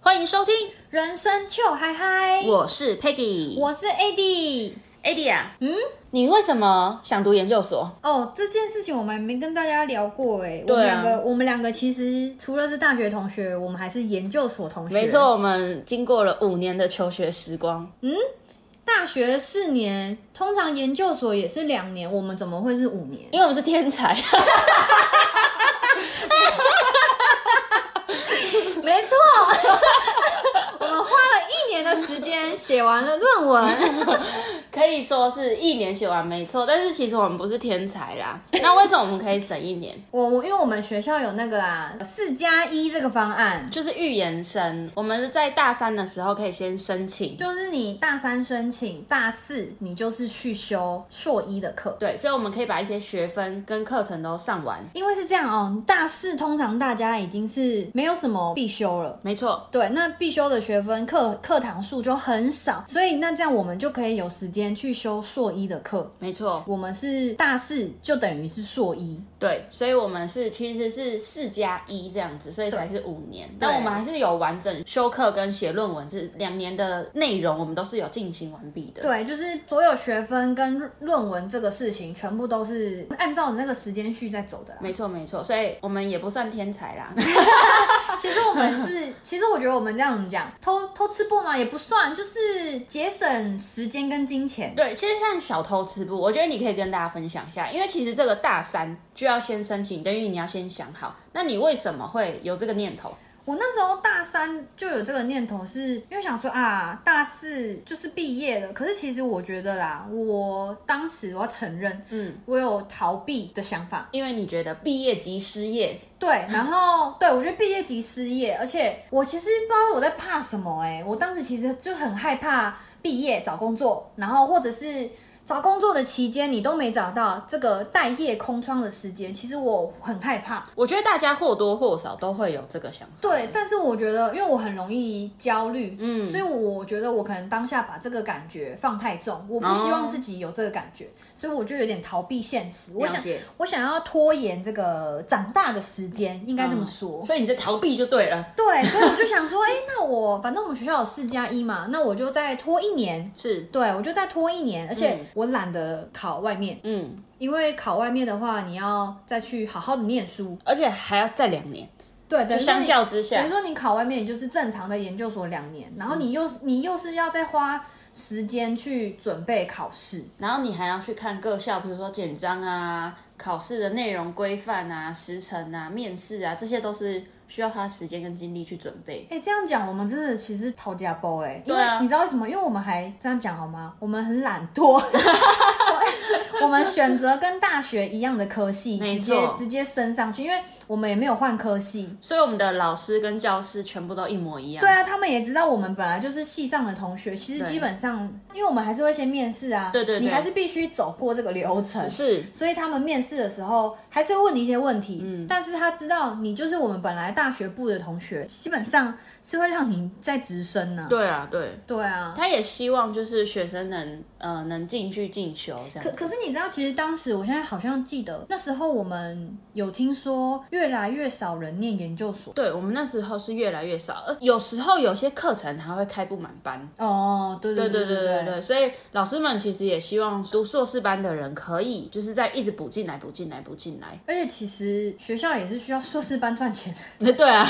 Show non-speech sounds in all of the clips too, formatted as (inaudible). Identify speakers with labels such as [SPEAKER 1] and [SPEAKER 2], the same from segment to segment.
[SPEAKER 1] 欢迎收听，
[SPEAKER 2] 人生就嗨嗨，
[SPEAKER 1] 我是 Peggy。
[SPEAKER 2] 我是 AD。
[SPEAKER 1] Eddie 啊，嗯，你为什么想读研究所？
[SPEAKER 2] 哦，这件事情我们还没跟大家聊过哎、我
[SPEAKER 1] 对
[SPEAKER 2] 们
[SPEAKER 1] 啊
[SPEAKER 2] 两个，我们两个其实除了是大学同学，我们还是研究所同学。
[SPEAKER 1] 没，错，我们经过了五年的求学时光，
[SPEAKER 2] 大学四年，通常研究所也是两年，我们怎么会是五年？
[SPEAKER 1] 因为我们是天才，
[SPEAKER 2] 没错， (laughs) 我们花了一年的时间写完了
[SPEAKER 1] (laughs)
[SPEAKER 2] 论文。
[SPEAKER 1] (laughs) 可以说是一年写完没错，但是其实我们不是天才 (laughs) 啦。那为什么我们可以省一年？
[SPEAKER 2] 我我因为我们学校有那个啦，四加一这个方案，
[SPEAKER 1] 就是预研生，我们在大三的时候可以先申请。
[SPEAKER 2] 就是你大三申请，大四你就是去修硕一的课。
[SPEAKER 1] 对，所以我们可以把一些学分跟课程都上完。
[SPEAKER 2] 因为是这样哦，大四通常大家已经是没有什么必修了。
[SPEAKER 1] 没错，
[SPEAKER 2] 对，那必修的学分课课堂数就很少，所以那这样我们就可以有时间去修硕一的课。
[SPEAKER 1] 没错，
[SPEAKER 2] 我们是大四，就等于是硕一，
[SPEAKER 1] 对，所以我们是其实是四加一这样子，所以才是五年。但我们还是有完整修课跟写论文是两年的内容，我们都是有进行完毕的。
[SPEAKER 2] 对，就是所有学分跟论论文这个事情，全部都是按照你那个时间序在走的啦。
[SPEAKER 1] 没错没错，所以我们也不算天才啦。 (laughs)
[SPEAKER 2] 其实我们是， (laughs) 其实我觉得我们这样讲，偷偷吃不嘛也不算，就是节省时间跟金钱。
[SPEAKER 1] 对，其实像小偷吃布，我觉得你可以跟大家分享一下，因为其实这个大三就要先申请，等于你要先想好，那你为什么会有这个念头？
[SPEAKER 2] 我那时候大三就有这个念头是，因为想说啊，大四就是毕业了。可是其实我觉得啦，我当时我要承认，
[SPEAKER 1] 嗯，
[SPEAKER 2] 我有逃避的想法。
[SPEAKER 1] 因为你觉得毕业即失业，
[SPEAKER 2] 对，然后对我觉得毕业即失业，而且我其实不知道我在怕什么哎、我当时其实就很害怕毕业找工作，然后或者是。找工作的期间，你都没找到这个待业空窗的时间，其实我很害怕。
[SPEAKER 1] 我觉得大家或多或少都会有这个想法。
[SPEAKER 2] 对，但是我觉得，因为我很容易焦虑，
[SPEAKER 1] 嗯
[SPEAKER 2] 所以我觉得我可能当下把这个感觉放太重，我不希望自己有这个感觉，所以我就有点逃避现实。我想
[SPEAKER 1] 哦了解，
[SPEAKER 2] 我想要拖延这个长大的时间，应该这么说。
[SPEAKER 1] 嗯所以你在逃避就对了。
[SPEAKER 2] 对，所以我就想说，哎、那我反正我们学校有四加一嘛，那我就再拖一年。
[SPEAKER 1] 是，
[SPEAKER 2] 对，我就再拖一年，而且我懒得考外面，
[SPEAKER 1] 嗯，
[SPEAKER 2] 因为考外面的话，你要再去好好的念书。
[SPEAKER 1] 而且还要再两年，
[SPEAKER 2] 对，等于
[SPEAKER 1] 就
[SPEAKER 2] 说
[SPEAKER 1] 相
[SPEAKER 2] 你
[SPEAKER 1] 较之
[SPEAKER 2] 等
[SPEAKER 1] 下
[SPEAKER 2] 于，说你考外面，你就是正常的研究所两年，
[SPEAKER 1] 嗯
[SPEAKER 2] 然后你又、你又是要再花时间去准备考试。
[SPEAKER 1] 然后你还要去看各校，比如说简章啊、考试的内容规范啊、时程啊、面试啊，这些都是需要花时间跟精力去准备。
[SPEAKER 2] 哎、这样讲我们真的其实讨价包哎，因
[SPEAKER 1] 对
[SPEAKER 2] 为
[SPEAKER 1] 啊
[SPEAKER 2] 你知道为什么？因为我们还这样讲好吗？我们很懒
[SPEAKER 1] (laughs)
[SPEAKER 2] 惰，我们选择跟大学一样的科系，
[SPEAKER 1] 没
[SPEAKER 2] 直接
[SPEAKER 1] 错
[SPEAKER 2] 直接升上去，因为我们也没有换科系。
[SPEAKER 1] 所以我们的老师跟教师全部都一模一样。
[SPEAKER 2] 对啊，他们也知道我们本来就是系上的同学，其实
[SPEAKER 1] 对
[SPEAKER 2] 基本上，因为我们还是会先面试啊，
[SPEAKER 1] 对对对
[SPEAKER 2] 你还是必须走过这个流程。
[SPEAKER 1] 是
[SPEAKER 2] 所以他们面试的时候还是会问你一些问题，
[SPEAKER 1] 嗯
[SPEAKER 2] 但是他知道你就是我们本来大学部的同学，基本上是会让你在直升呢、
[SPEAKER 1] 对啊，对。
[SPEAKER 2] 对啊，
[SPEAKER 1] 他也希望就是学生能呃能进去进修这
[SPEAKER 2] 可
[SPEAKER 1] 样。
[SPEAKER 2] 可是你知道，其实当时我现在好像记得那时候我们有听说越来越少人念研究所。
[SPEAKER 1] 对我们那时候是越来越少，呃，有时候有些课程还会开不满班。
[SPEAKER 2] 哦，对对
[SPEAKER 1] 对对
[SPEAKER 2] 对
[SPEAKER 1] 对对对，所以老师们其实也希望读硕士班的人可以就是在一直补进来、补进来、补进来。 (laughs)
[SPEAKER 2] 而且其实学校也是需要硕士班赚钱的， (laughs)
[SPEAKER 1] 那对啊，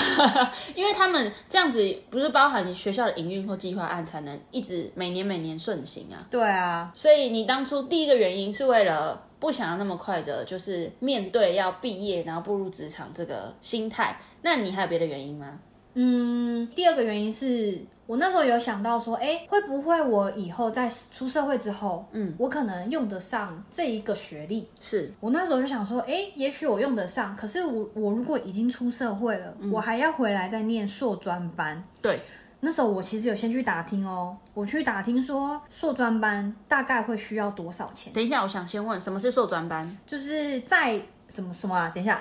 [SPEAKER 1] 因为他们这样子不是包含学校的营运或计划案，才能一直每年每年顺行啊。
[SPEAKER 2] 对啊，
[SPEAKER 1] 所以你当初第一个原因是为了不想要那么快的，就是面对要毕业然后步入职场这个心态。那你还有别的原因吗？
[SPEAKER 2] 嗯，第二个原因是我那时候有想到说，哎，会不会我以后在出社会之后，嗯，我可能用得上这一个学历。
[SPEAKER 1] 是
[SPEAKER 2] 我那时候就想说，哎，也许我用得上，可是我我如果已经出社会了，我还要回来再念硕专班。
[SPEAKER 1] 对，
[SPEAKER 2] 那时候我其实有先去打听哦，我去打听说硕专班大概会需要多少钱，
[SPEAKER 1] 等一下，我想先问什么是硕专班？
[SPEAKER 2] 就是在什么什么啊？等一下，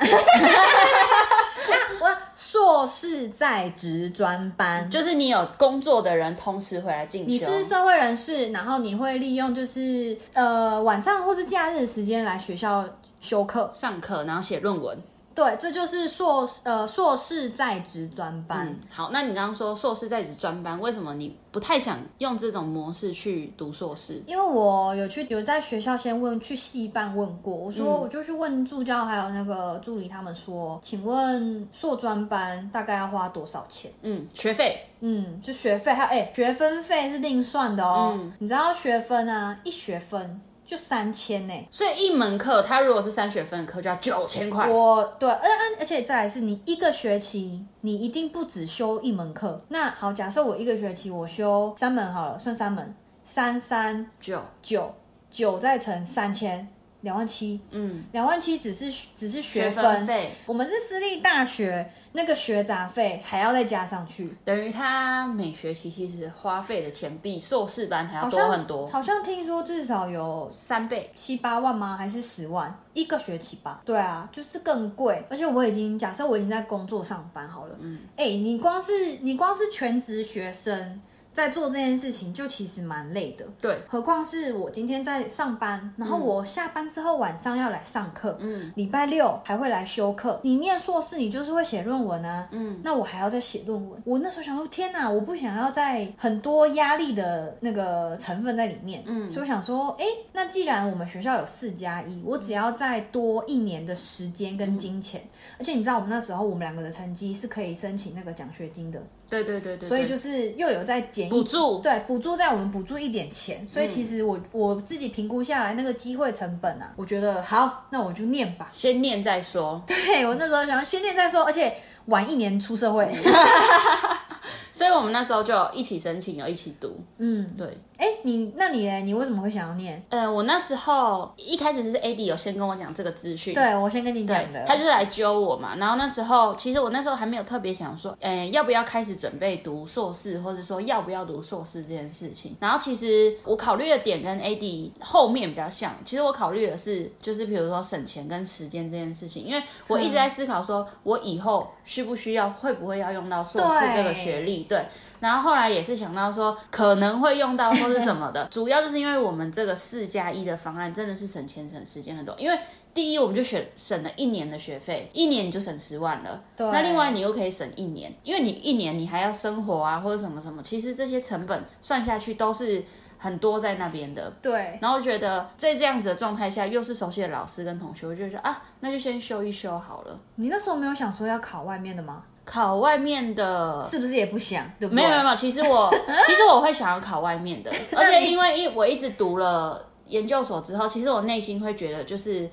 [SPEAKER 2] 那我硕士在职专班，
[SPEAKER 1] 就是你有工作的人同时回来进修，
[SPEAKER 2] 你是社会人士，然后你会利用就是呃晚上或是假日时间来学校修课，
[SPEAKER 1] 上课然后写论文，
[SPEAKER 2] 对，这就是硕呃硕士在职专班。
[SPEAKER 1] 嗯，好，那你刚刚说硕士在职专班，为什么你不太想用这种模式去读硕士？
[SPEAKER 2] 因为我有去有在学校先问去系办问过，我说我就去问助教还有那个助理他们说，请问硕专班大概要花多少钱？
[SPEAKER 1] 嗯，学费，
[SPEAKER 2] 嗯，就学费还有哎、学分费是另算的哦。你知道学分啊，一学分就三千呢。
[SPEAKER 1] 所以一门课它如果是三学分的课就要九千块。
[SPEAKER 2] 我对，而而而且再来是你一个学期，你一定不只修一门课。那好，假设我一个学期我修三门好了，算三门，三三
[SPEAKER 1] 九，
[SPEAKER 2] 九九再乘三千，两万七，
[SPEAKER 1] 嗯，
[SPEAKER 2] 两万七只是只是学
[SPEAKER 1] 分费
[SPEAKER 2] 我们是私立大学，那个学杂费还要再加上去，
[SPEAKER 1] 等于他每学期其实花费的钱比硕士班还要
[SPEAKER 2] 好
[SPEAKER 1] 多
[SPEAKER 2] 像
[SPEAKER 1] 很多，
[SPEAKER 2] 好像听说至少有
[SPEAKER 1] 三倍。
[SPEAKER 2] 七八万吗？还是十万一个学期吧？对啊，就是更贵。而且我已经假设我已经在工作上班好了，嗯，哎、你光是你光是全职学生在做这件事情，就其实蛮累的。
[SPEAKER 1] 对，
[SPEAKER 2] 何况是我今天在上班，然后我下班之后晚上要来上课，嗯，礼拜六还会来修课。你念硕士，你就是会写论文啊，嗯，那我还要再写论文。我那时候想说，天哪，我不想要在很多压力的那个成分在里面，嗯，所以我想说，哎、那既然我们学校有四加一，我只要再多一年的时间跟金钱，而且你知道我们那时候我们两个的成绩是可以申请那个奖学金的，
[SPEAKER 1] 对对对对
[SPEAKER 2] 所以
[SPEAKER 1] 对
[SPEAKER 2] 就是又有在减一
[SPEAKER 1] 补助
[SPEAKER 2] 对，补助在我们补助一点钱，所以其实我、我自己评估下来那个机会成本啊，我觉得好，那我就念吧。
[SPEAKER 1] 先念再说。
[SPEAKER 2] 对我那时候想先念再说，而且晚一年出社会。
[SPEAKER 1] 嗯所以我们那时候就有一起申请，有一起读。
[SPEAKER 2] 嗯，
[SPEAKER 1] 对，
[SPEAKER 2] 哎、你那你嘞你为什么会想要念？
[SPEAKER 1] 呃，我那时候一开始是 AD 有先跟我讲这个资讯，
[SPEAKER 2] 对我先跟你讲的，
[SPEAKER 1] 他就是来揪我嘛。然后那时候，其实我那时候还没有特别想说，诶、要不要开始准备读硕士，或者说要不要读硕士这件事情。然后其实我考虑的点跟 AD 后面比较像，其实我考虑的是，就是比如说省钱跟时间这件事情，因为我一直在思考说，我以后需不需要，会不会要用到硕士这个学历，对。然后后来也是想到说可能会用到或是什么的， (laughs) 主要就是因为我们这个四加一的方案真的是省钱省时间很多，因为第一我们就省省了一年的学费，一年你就省十万了，
[SPEAKER 2] 对
[SPEAKER 1] 那另外你又可以省一年，因为你一年你还要生活啊或者什么什么，其实这些成本算下去都是很多在那边的。
[SPEAKER 2] 对
[SPEAKER 1] 然后觉得在这样子的状态下，又是熟悉的老师跟同学，我就觉得啊，那就先修一修好了。
[SPEAKER 2] 你那时候没有想说要考外面的吗？
[SPEAKER 1] 考外面的
[SPEAKER 2] 是不是也不想？对不对？
[SPEAKER 1] 没有没有没有，其实
[SPEAKER 2] (laughs)
[SPEAKER 1] 我其实我会想要考外面的，而且因为一我一直读了研究所之后，其实我内心会觉得就是。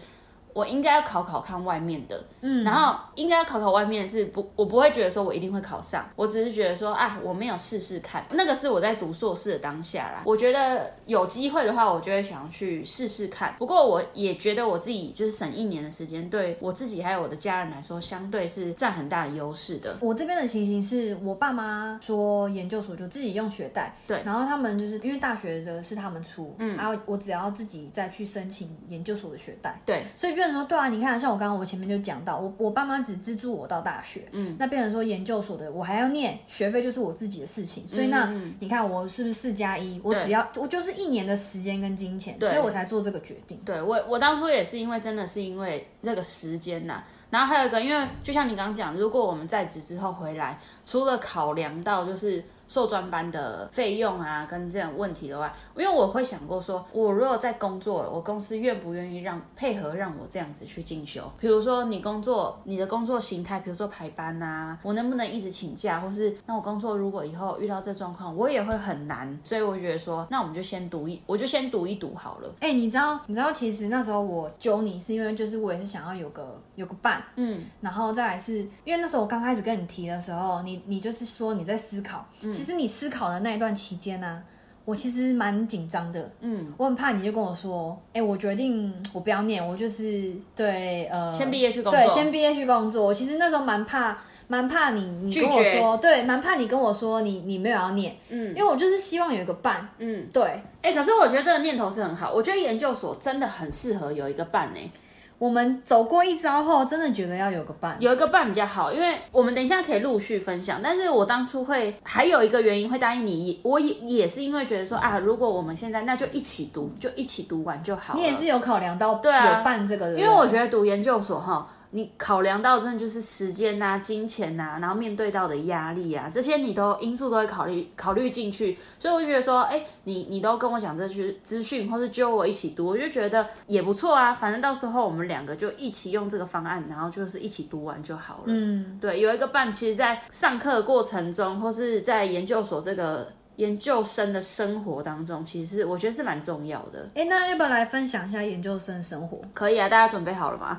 [SPEAKER 1] 我应该要考考看外面的，嗯，然后应该要考考外面的是不，我不会觉得说我一定会考上，我只是觉得说啊，我没有试试看，那个是我在读硕士的当下啦。我觉得有机会的话，我就会想要去试试看。不过我也觉得我自己就是省一年的时间，对我自己还有我的家人来说，相对是占很大的优势的。
[SPEAKER 2] 我这边的情形是我爸妈说研究所就自己用学贷，
[SPEAKER 1] 对
[SPEAKER 2] 然后他们就是因为大学的是他们出，嗯，然后我只要自己再去申请研究所的学贷，
[SPEAKER 1] 对，
[SPEAKER 2] 所以变成说，对啊，你看，像我刚刚我前面就讲到，我我爸妈只资助我到大学，嗯，那变成说研究所的我还要念，学费就是我自己的事
[SPEAKER 1] 嗯
[SPEAKER 2] 情，所以那、你看我是不是四加一？我只要我就是一年的时间跟金钱，所以我才做这个决定，
[SPEAKER 1] 对我，我当初也是因为真的是因为这个时间呐、然后还有一个，因为就像你刚刚讲，如果我们在职之后回来，除了考量到就是硕专班的费用啊跟这种问题的话，因为我会想过说，我如果在工作了，我公司愿不愿意让配合让我这样子去进修？比如说你工作你的工作形态，比如说排班呐、我能不能一直请假，或是那我工作如果以后遇到这状况，我也会很难，所以我觉得说，那我们就先读一，我就先读一读好了。
[SPEAKER 2] 哎、你知道，你知道，其实那时候我揪你是因为就是我也是想要有个有个伴，
[SPEAKER 1] 嗯，
[SPEAKER 2] 然后再来是因为那时候我刚开始跟你提的时候，你你就是说你在思考，
[SPEAKER 1] 嗯
[SPEAKER 2] 其实你思考的那一段期间呢、啊我其实蛮紧张的，
[SPEAKER 1] 嗯，
[SPEAKER 2] 我很怕你就跟我说，哎、我决定我不要念，我就是对呃，
[SPEAKER 1] 先毕业去工作
[SPEAKER 2] 对，先毕业去工作。我其实那时候蛮怕，蛮怕你你跟我
[SPEAKER 1] 拒绝
[SPEAKER 2] 说，对，蛮怕你跟我说你你没有要念，嗯，因为我就是希望有一个伴，
[SPEAKER 1] 嗯，
[SPEAKER 2] 对，
[SPEAKER 1] 哎、可是我觉得这个念头是很好，我觉得研究所真的很适合有一个伴呢、欸
[SPEAKER 2] 我们走过一遭后，真的觉得要有个伴。
[SPEAKER 1] 有一个伴比较好，因为我们等一下可以陆续分享。但是我当初会还有一个原因会答应你，我也也是因为觉得说啊，如果我们现在那就一起读，就一起读完就好了。
[SPEAKER 2] 你也是有考量到
[SPEAKER 1] 啊
[SPEAKER 2] 有伴这个的，
[SPEAKER 1] 因为我觉得读研究所哈，你考量到真的就是时间呐、金钱呐、然后面对到的压力啊，这些你都因素都会考虑考虑进去。所以我就觉得说，哎，你你都跟我讲这些资讯，或是揪我一起读，我就觉得也不错啊。反正到时候我们两个就一起用这个方案，然后就是一起读完就好了。
[SPEAKER 2] 嗯，
[SPEAKER 1] 对，有一个伴，其实，在上课的过程中，或是在研究所这个研究生的生活当中，其实我觉得是蛮重要的。
[SPEAKER 2] 哎，那要不要来分享一下研究生生活？
[SPEAKER 1] 可以啊，大家准备好了吗？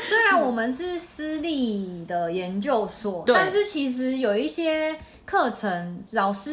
[SPEAKER 2] 虽然 (laughs) 我们是私立的研究所，
[SPEAKER 1] 对
[SPEAKER 2] 但是其实有一些课程老师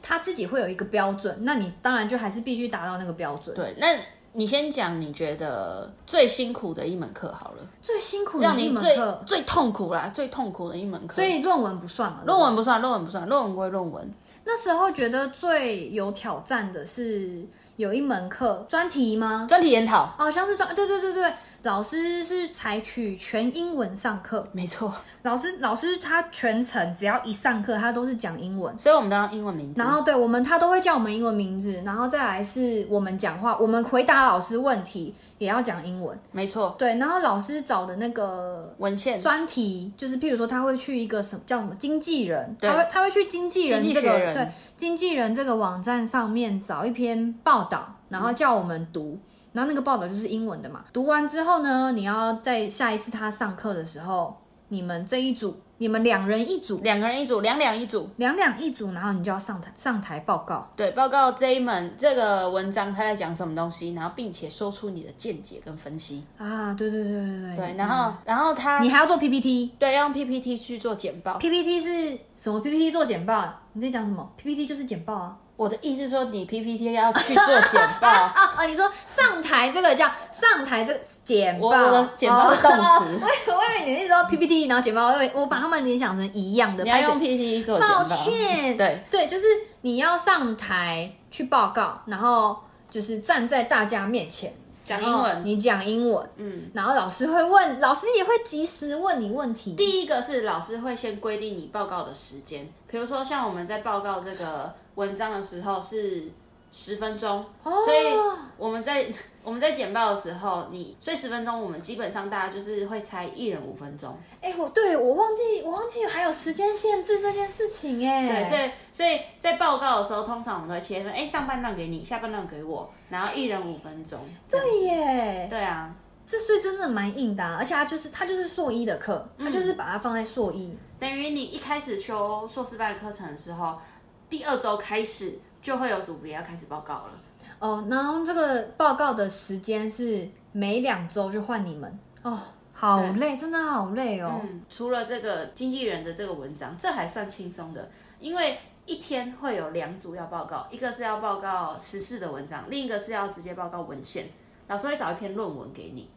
[SPEAKER 2] 他自己会有一个标准，那你当然就还是必须达到那个标准。
[SPEAKER 1] 对，那你先讲你觉得最辛苦的一门课好了，
[SPEAKER 2] 最辛苦
[SPEAKER 1] 让
[SPEAKER 2] 的一
[SPEAKER 1] 你
[SPEAKER 2] 门
[SPEAKER 1] 最
[SPEAKER 2] 课，
[SPEAKER 1] 最痛苦啦，最痛苦的一门课。
[SPEAKER 2] 所以论文不算嘛？对不对
[SPEAKER 1] 论文不算，论文不算，论文归论文。
[SPEAKER 2] 那时候觉得最有挑战的是有一门课专题吗？
[SPEAKER 1] 专题研讨，
[SPEAKER 2] 哦，像是专对对对对，老师是采取全英文上课，
[SPEAKER 1] 没错，
[SPEAKER 2] 老师老师他全程只要一上课，他都是讲英文。
[SPEAKER 1] 所以我们都要英文名字。
[SPEAKER 2] 然后对我们，他都会叫我们英文名字，然后再来是我们讲话，我们回答老师问题也要讲英文。
[SPEAKER 1] 没错，
[SPEAKER 2] 对，然后老师找的那个
[SPEAKER 1] 文献、
[SPEAKER 2] 专题，就是譬如说他会去一个什么叫什么经纪人，
[SPEAKER 1] 对
[SPEAKER 2] 他会他会去经纪人
[SPEAKER 1] 经济
[SPEAKER 2] 这个
[SPEAKER 1] 学人
[SPEAKER 2] 对经纪人这个网站上面找一篇报道，然后叫我们读。然后那个报道就是英文的嘛，读完之后呢，你要在下一次他上课的时候，你们这一组，你们两人一组，
[SPEAKER 1] 两个人一组，两两一组。
[SPEAKER 2] 两两一组，然后你就要上台上台报告。
[SPEAKER 1] 对，报告这一门这个文章他在讲什么东西，然后并且说出你的见解跟分析。
[SPEAKER 2] 啊，对对对对对
[SPEAKER 1] 对，然后、然后他
[SPEAKER 2] 嗯你还要做 PPT。
[SPEAKER 1] 对要用 PPT 去做简报。
[SPEAKER 2] PPT 是什么？PPT 做简报？你在讲什么？PPT 就是简报啊！
[SPEAKER 1] 我的意思是说，你 PPT 要去做简
[SPEAKER 2] 啊 (laughs)
[SPEAKER 1] 报。
[SPEAKER 2] 啊啊！你说上台这个叫上台这个简报，
[SPEAKER 1] 我我的简报是动词
[SPEAKER 2] 哦 (laughs) 我以我以为你的意思说 PPT，然后简报，我以为我把他们联想成一样的。
[SPEAKER 1] 你要
[SPEAKER 2] 拍
[SPEAKER 1] 用
[SPEAKER 2] 谁
[SPEAKER 1] PPT 做简报
[SPEAKER 2] 抱歉，
[SPEAKER 1] 对
[SPEAKER 2] 对，就是你要上台去报告，然后就是站在大家面前
[SPEAKER 1] 讲
[SPEAKER 2] 然后
[SPEAKER 1] 英文
[SPEAKER 2] 你讲英文，
[SPEAKER 1] 嗯，
[SPEAKER 2] 然后老师会问，老师也会及时问你问题。
[SPEAKER 1] 第一个是老师会先规定你报告的时间，比如说像我们在报告这个文章的时候是十分钟，
[SPEAKER 2] 哦
[SPEAKER 1] 所以我们在 (laughs) 我们在简报的时候，你所以十分钟，我们基本上大家就是会猜一人五分钟。
[SPEAKER 2] 哎、我对我忘记我忘记还有时间限制这件事情哎、
[SPEAKER 1] 对，所以所以在报告的时候，通常我们都会切分，哎、上半段给你，下半段给我，然后一人五分钟。这样
[SPEAKER 2] 对耶，
[SPEAKER 1] 对啊，
[SPEAKER 2] 这所以真的蛮硬的啊、而且它就是它就是硕一的课，它就是把它放在硕一。
[SPEAKER 1] 等于你一开始修硕士班课程的时候，第二周开始就会有组别要开始报告了。
[SPEAKER 2] 哦，然后这个报告的时间是每两周就换你们哦，好累，真的好累哦。
[SPEAKER 1] 嗯，除了这个经纪人的这个文章，这还算轻松的，因为一天会有两组要报告，一个是要报告时事的文章，另一个是要直接报告文献。老师会找一篇论文给你，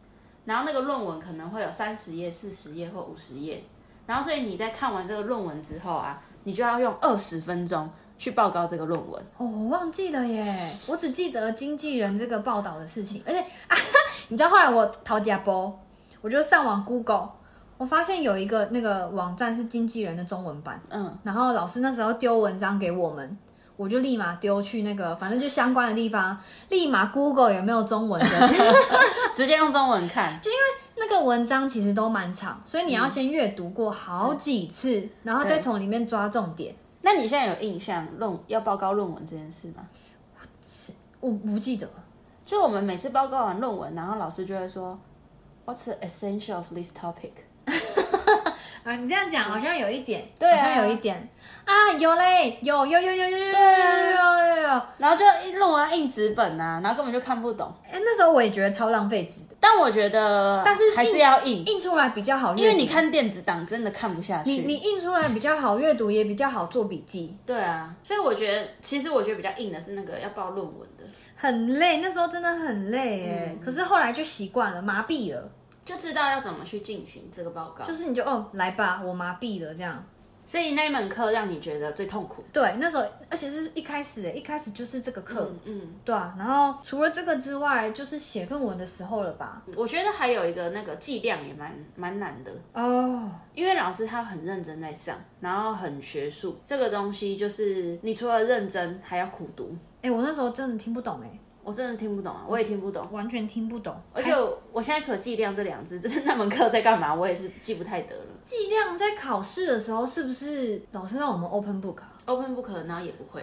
[SPEAKER 1] 然后那个论文可能会有三十页、四十页或五十页，然后所以你在看完这个论文之后啊，你就要用二十分钟去报告这个论文。
[SPEAKER 2] 哦，我忘记了耶，我只记得经纪人这个报道的事情，而且 (laughs) 啊，你知道后来我淘假包，我就上网 Google，我发现有一个那个网站是经纪人的中文版。
[SPEAKER 1] 嗯，
[SPEAKER 2] 然后老师那时候丢文章给我们，我就立马丢去那个，反正就相关的地方，立马 Google 有没有中文 (laughs) 的。
[SPEAKER 1] 直接用中文看。
[SPEAKER 2] 那个文章其实都蛮长，所以你要先阅读过好几次，然后再从里面抓重点。
[SPEAKER 1] 那你现在有印象论要报告论文这件事吗？
[SPEAKER 2] 我不记得，
[SPEAKER 1] 就我们每次报告完论文，然后老师就会说，What's the essential of this topic？
[SPEAKER 2] 啊，你这样讲好像有一点，
[SPEAKER 1] 嗯对啊
[SPEAKER 2] 好像有一点啊，有嘞，有有有有有有有
[SPEAKER 1] 啊
[SPEAKER 2] 有有有有。
[SPEAKER 1] 然后就论文要印纸本啊，然后根本就看不懂。
[SPEAKER 2] 哎，那时候我也觉得超浪费纸的，
[SPEAKER 1] 但我觉得，
[SPEAKER 2] 但是
[SPEAKER 1] 还是
[SPEAKER 2] 印
[SPEAKER 1] 要印，
[SPEAKER 2] 印出来比较好阅读，
[SPEAKER 1] 因为你看电子档真的看不下去。
[SPEAKER 2] 你你印出来比较好阅读，也比较好做笔记。
[SPEAKER 1] 对啊，所以我觉得，其实我觉得比较硬的是那个要报论文的，
[SPEAKER 2] 很累，那时候真的很累哎、
[SPEAKER 1] 嗯
[SPEAKER 2] 可是后来就习惯了，麻痹了，
[SPEAKER 1] 就知道要怎么去进行这个报告。
[SPEAKER 2] 就是你就哦来吧，我麻痹了这样。
[SPEAKER 1] 所以那一门课让你觉得最痛苦。
[SPEAKER 2] 对，那时候而且是一开始、欸，一开始就是这个课，
[SPEAKER 1] 嗯嗯。
[SPEAKER 2] 对啊。然后除了这个之外，就是写论文的时候了吧？
[SPEAKER 1] 我觉得还有一个那个计量也蛮蛮难的，
[SPEAKER 2] 哦，
[SPEAKER 1] 因为老师他很认真在上，然后很学术，这个东西就是你除了认真还要苦读。
[SPEAKER 2] 哎、我那时候真的听不懂哎、
[SPEAKER 1] 我真的是听不懂啊，我也听不懂。
[SPEAKER 2] 完全听不懂。
[SPEAKER 1] 而且我现在除了计量这两字，就是那门课在干嘛，我也是记不太得了。
[SPEAKER 2] 计量在考试的时候，是不是老师让我们 open book 啊？ (laughs)
[SPEAKER 1] Open book 然后也不会，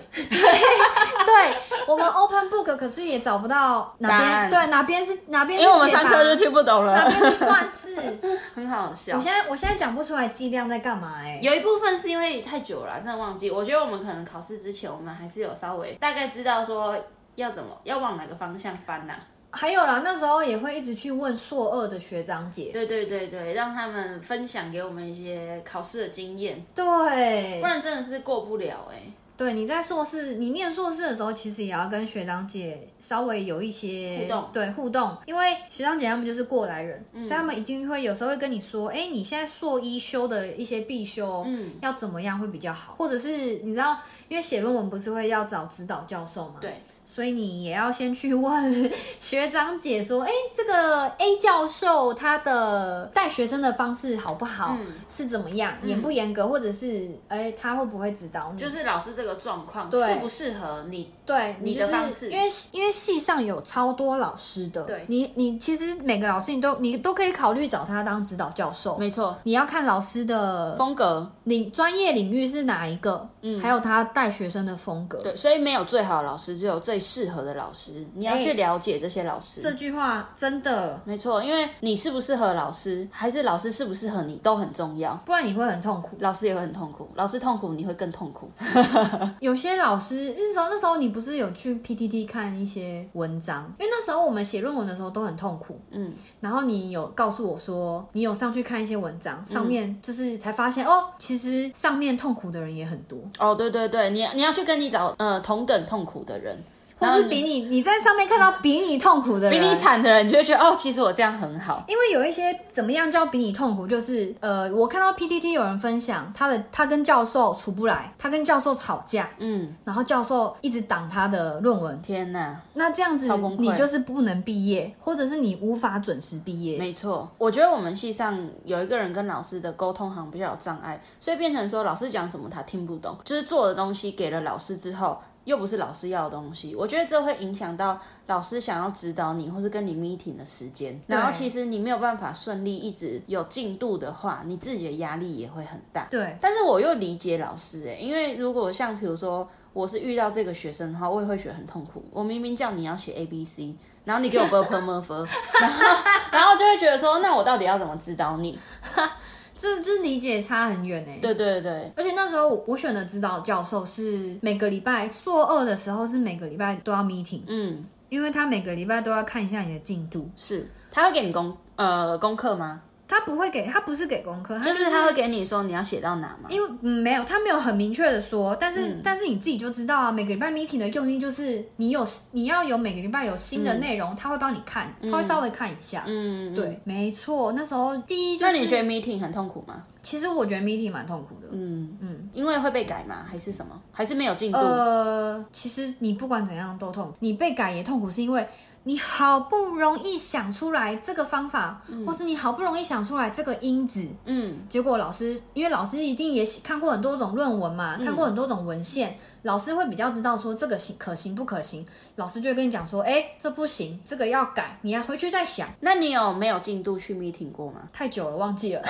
[SPEAKER 2] 对我们 open book，可是也找不到
[SPEAKER 1] 答
[SPEAKER 2] 哪边
[SPEAKER 1] 案
[SPEAKER 2] 对哪边是哪边
[SPEAKER 1] 因
[SPEAKER 2] 是解答，
[SPEAKER 1] 为我们上课就听不懂
[SPEAKER 2] 哪
[SPEAKER 1] 了，
[SPEAKER 2] 边是算式。
[SPEAKER 1] 很好笑
[SPEAKER 2] (laughs) 我。现在我现在讲不出来计量在干嘛哎、
[SPEAKER 1] 有一部分是因为太久了啦，啊真的忘记。我觉得我们可能考试之前，我们还是有稍微大概知道说要怎么要往哪个方向翻呐、啊
[SPEAKER 2] 还有啦，那时候也会一直去问硕二的学长姐，
[SPEAKER 1] 对对对对，让他们分享给我们一些考试的经验，
[SPEAKER 2] 对
[SPEAKER 1] 不然真的是过不了哎、
[SPEAKER 2] 对，你在硕士，你念硕士的时候，其实也要跟学长姐稍微有一些
[SPEAKER 1] 互动嗯
[SPEAKER 2] 对互动，因为学长姐他们就是过来人，所以他们一定会有时候会跟你说，哎，你现在硕一修的一些必修，嗯，要怎么样会比较好，或者是你知道，因为写论文不是会要找指导教授嘛，
[SPEAKER 1] 对，
[SPEAKER 2] 所以你也要先去问 (laughs) 学长姐说，哎，这个 A 教授他的带学生的方式好不好，
[SPEAKER 1] 嗯
[SPEAKER 2] 是怎么样，严不严格，或者是哎他会不会指导你，
[SPEAKER 1] 就是老师这个状况
[SPEAKER 2] 对
[SPEAKER 1] 适不适合你？
[SPEAKER 2] 对
[SPEAKER 1] 你
[SPEAKER 2] 就
[SPEAKER 1] 的
[SPEAKER 2] 是
[SPEAKER 1] 方式
[SPEAKER 2] 因为因为系上有超多老师的，
[SPEAKER 1] 对
[SPEAKER 2] 你你其实每个老师你都你都可以考虑找他当指导教授，
[SPEAKER 1] 没错，
[SPEAKER 2] 你要看老师的
[SPEAKER 1] 风格
[SPEAKER 2] 领专业领域是哪一个，嗯，还有他带学生的风格。
[SPEAKER 1] 对，所以没有最好的老师，只有最适合的老师。你要去了解哎这些老师。
[SPEAKER 2] 这句话真的，
[SPEAKER 1] 没错，因为你适不适合老师，还是老师适不适合你，都很重要。
[SPEAKER 2] 不然你会很痛苦。
[SPEAKER 1] 老师也会很痛苦，老师痛苦，你会更痛苦。
[SPEAKER 2] 有些老师那时候那时候你不是有去 PTT 看一些文章，因为那时候我们写论文的时候都很痛苦，
[SPEAKER 1] 嗯，
[SPEAKER 2] 然后你有告诉我说，你有上去看一些文章，上面就是才发现、哦，其实上面痛苦的人也很多，
[SPEAKER 1] 哦，对对对，你你要去跟你找呃同等痛苦的人，
[SPEAKER 2] 或
[SPEAKER 1] 然后
[SPEAKER 2] 是比你你在上面看到比你痛苦的
[SPEAKER 1] 比
[SPEAKER 2] 人，
[SPEAKER 1] 你。惨的人，你就会觉得哦，其实我这样很好。
[SPEAKER 2] 因为有一些怎么样叫比你痛苦，就是呃，我看到 PTT 有人分享他的他跟教授处不来，他跟教授吵架，
[SPEAKER 1] 嗯，
[SPEAKER 2] 然后教授一直挡他的论文，
[SPEAKER 1] 天哪，
[SPEAKER 2] 那这样子
[SPEAKER 1] 超崩溃
[SPEAKER 2] 你就是不能毕业，或者是你无法准时毕业。
[SPEAKER 1] 没错，我觉得我们系上有一个人跟老师的沟通好像比较有障碍，所以变成说老师讲什么他听不懂，就是做的东西给了老师之后。又不是老师要的东西，我觉得这会影响到老师想要指导你或是跟你 meeting 的时间。
[SPEAKER 2] 对
[SPEAKER 1] 然后其实你没有办法顺利一直有进度的话，你自己的压力也会很大。
[SPEAKER 2] 对，
[SPEAKER 1] 但是我又理解老师哎、因为如果像比如说我是遇到这个学生的话，我也会觉得很痛苦。我明明叫你要写 A B C，然后你给我 b p m f，然后 (laughs) 然后就会觉得说，那我到底要怎么指导你？
[SPEAKER 2] 这这理解差很远哎、
[SPEAKER 1] 对对对，
[SPEAKER 2] 而且那时候我我选的指导教授是每个礼拜硕二的时候是每个礼拜都要 meeting，
[SPEAKER 1] 嗯，
[SPEAKER 2] 因为他每个礼拜都要看一下你的进度。
[SPEAKER 1] 是他会给你功呃功课吗？
[SPEAKER 2] 他不会给，他不是给功课，
[SPEAKER 1] 就是是他会给你说你要写到哪吗？
[SPEAKER 2] 因为、嗯没有他没有很明确的说，但是、但是你自己就知道啊，每个礼拜 meeting 的用意就是你有你要有每个礼拜有新的内容，他会帮你看，他会稍微看一下。
[SPEAKER 1] 嗯，嗯。
[SPEAKER 2] 对，没错。那时候第一就
[SPEAKER 1] 那
[SPEAKER 2] 是，
[SPEAKER 1] 你觉得 meeting 很痛苦吗？
[SPEAKER 2] 其实我觉得 meeting 蛮痛苦的。
[SPEAKER 1] 嗯嗯，因为会被改吗？还是什么？还是没有进度？
[SPEAKER 2] 呃，其实你不管怎样都痛，你被改也痛苦，是因为你好不容易想出来这个方法，或是你好不容易想出来这个因子，
[SPEAKER 1] 嗯，
[SPEAKER 2] 结果老师，因为老师一定也写看过很多种论文嘛，看过很多种文献，老师会比较知道说这个行可行不可行，老师就会跟你讲说，哎，这不行，这个要改，你要回去再想。
[SPEAKER 1] 那你有没有进度去 meeting 过吗？
[SPEAKER 2] 太久了，忘记了。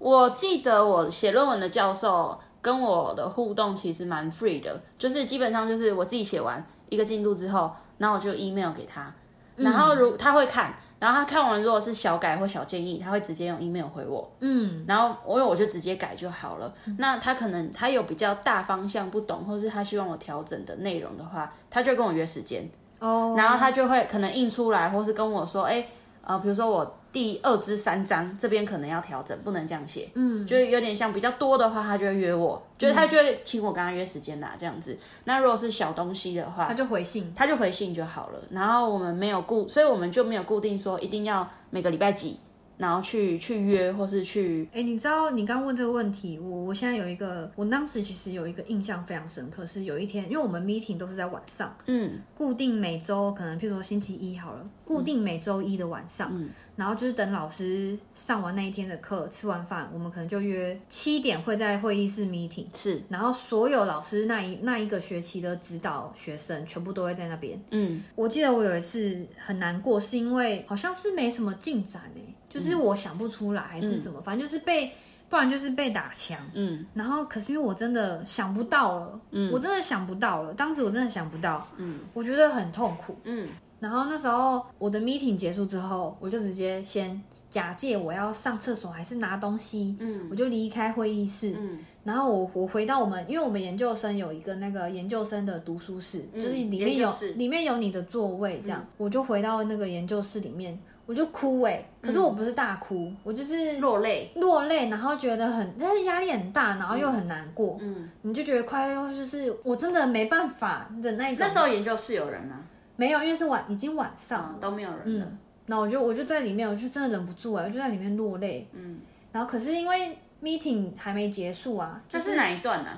[SPEAKER 1] 我记得我写论文的教授跟我的互动其实蛮 free 的，就是基本上就是我自己写完一个进度之后，然后我就 email 给他，然后如他会看，然后他看完如果是小改或小建议，他会直接用 email 回我，
[SPEAKER 2] 嗯，
[SPEAKER 1] 然后我因为我就直接改就好了。那他可能他有比较大方向不懂，或是他希望我调整的内容的话，他就跟我约时间，
[SPEAKER 2] 哦，
[SPEAKER 1] 然后他就会可能印出来，或是跟我说，哎、呃，比如说我第二至三章这边可能要调整，不能这样写，嗯，就是有点像比较多的话，他就会约我，就是他就会请我跟他约时间啦，这样子。那如果是小东西的话
[SPEAKER 2] 他，就回信。
[SPEAKER 1] 他就回信就好了。然后我们没有固，所以我们就没有固定说一定要每个礼拜几。然后去去约或是去
[SPEAKER 2] 哎、你知道你刚问这个问题，我我现在有一个，我当时其实有一个印象非常深刻，是有一天，因为我们 meeting 都是在晚上，
[SPEAKER 1] 嗯
[SPEAKER 2] 固定每周可能譬如说星期一好了，固定每周一的晚上，
[SPEAKER 1] 嗯
[SPEAKER 2] 然后就是等老师上完那一天的课，吃完饭，我们可能就约七点会在会议室 meeting，
[SPEAKER 1] 是
[SPEAKER 2] 然后所有老师那一那一个学期的指导学生全部都会在那边。
[SPEAKER 1] 嗯
[SPEAKER 2] 我记得我有一次很难过，是因为好像是没什么进展哎、就是我想不出来还是什么，反正就是被，不然就是被打枪。
[SPEAKER 1] 嗯
[SPEAKER 2] 然后，可是因为我真的想不到了，
[SPEAKER 1] 嗯
[SPEAKER 2] 我真的想不到了，当时我真的想不到，
[SPEAKER 1] 嗯
[SPEAKER 2] 我觉得很痛苦。
[SPEAKER 1] 嗯
[SPEAKER 2] 然后那时候我的 meeting 结束之后，我就直接先假借我要上厕所还是拿东西，
[SPEAKER 1] 嗯
[SPEAKER 2] 我就离开会议室。
[SPEAKER 1] 嗯
[SPEAKER 2] 然后我我回到我们，因为我们研究生有一个那个研究生的读书室，
[SPEAKER 1] 嗯
[SPEAKER 2] 就是里面有
[SPEAKER 1] 研究室嗯
[SPEAKER 2] 里面有你的座位这样，我就回到那个研究室里面，我就哭哎、可是我不是大哭，
[SPEAKER 1] 嗯
[SPEAKER 2] 我就是
[SPEAKER 1] 落泪，
[SPEAKER 2] 落泪，然后觉得很，但是压力很大，然后又很难过，
[SPEAKER 1] 嗯，
[SPEAKER 2] 你就觉得快要就是我真的没办法的那一种。
[SPEAKER 1] 那时候研究室有人吗？
[SPEAKER 2] 没有，因为是晚已经晚上
[SPEAKER 1] 啊，
[SPEAKER 2] 了，
[SPEAKER 1] 都没有人了，
[SPEAKER 2] 那、我就我就在里面，我就真的忍不住哎、我就在里面落泪，
[SPEAKER 1] 嗯，
[SPEAKER 2] 然后可是因为 meeting 还没结束啊，
[SPEAKER 1] 这是哪一段呢？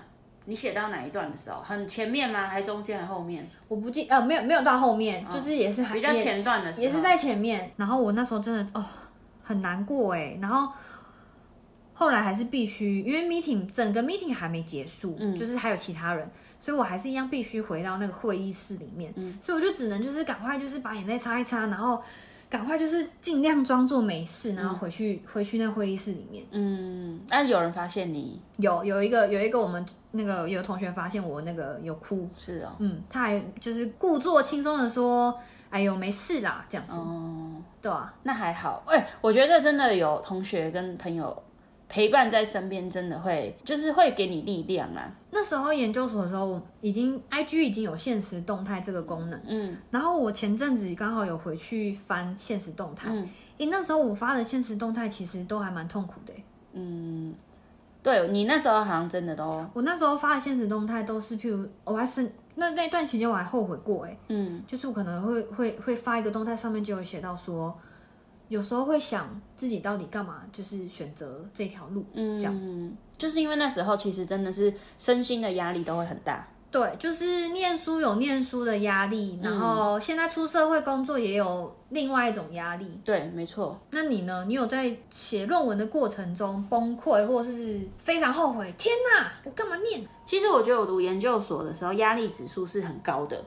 [SPEAKER 1] 你写到哪一段的时候？很前面吗？还中间还后
[SPEAKER 2] (laughs)
[SPEAKER 1] 面？
[SPEAKER 2] 我不记呃没有没有到后面，就是也是还
[SPEAKER 1] 嗯比较
[SPEAKER 2] 也
[SPEAKER 1] 前段的时候，
[SPEAKER 2] 也是在前面。然后我那时候真的哦很难过哎，然后后来还是必须，因为 meeting 整个 meeting 还没结束，
[SPEAKER 1] 嗯
[SPEAKER 2] 就是还有其他人，所以我还是一样必须回到那个会议室里面，
[SPEAKER 1] 嗯
[SPEAKER 2] 所以我就只能就是赶快就是把眼泪擦一擦，然后赶快就是尽量装作没事，然后回去、回去那会议室里面。
[SPEAKER 1] 嗯，那有人发现你
[SPEAKER 2] 有有一个有一个我们那个有同学发现我那个有哭，
[SPEAKER 1] 是哦，
[SPEAKER 2] 嗯，他还就是故作轻松的说：“哎呦，没事啦，这样子，
[SPEAKER 1] 哦，
[SPEAKER 2] 对啊，
[SPEAKER 1] 那还好，哎、我觉得真的有同学跟朋友陪伴在身边，真的会就是会给你力量啊啦。
[SPEAKER 2] 那时候研究所的时候，已经 IG 已经有现实动态这个功能。
[SPEAKER 1] 嗯
[SPEAKER 2] 然后我前阵子刚好有回去翻现实动态，诶、
[SPEAKER 1] 嗯
[SPEAKER 2] 那时候我发的现实动态其实都还蛮痛苦的、
[SPEAKER 1] 嗯，对你那时候好像真的都
[SPEAKER 2] 我那时候发的现实动态都是，譬如我还是那那段期间我还后悔过、诶，
[SPEAKER 1] 嗯
[SPEAKER 2] 就是我可能会会会发一个动态，上面就有写到说，有时候会想自己到底干嘛，就是选择这条路，这样。
[SPEAKER 1] 嗯，就是因为那时候其实真的是身心的压力都会很大。
[SPEAKER 2] 对，就是念书有念书的压力，然
[SPEAKER 1] 嗯
[SPEAKER 2] 后现在出社会工作也有另外一种压力。
[SPEAKER 1] 对，没错。
[SPEAKER 2] 那你呢？你有在写论文的过程中崩溃，或是非常后悔？天哪，我干嘛念？
[SPEAKER 1] 其实我觉得我读研究所的时候，压力指数是很高的，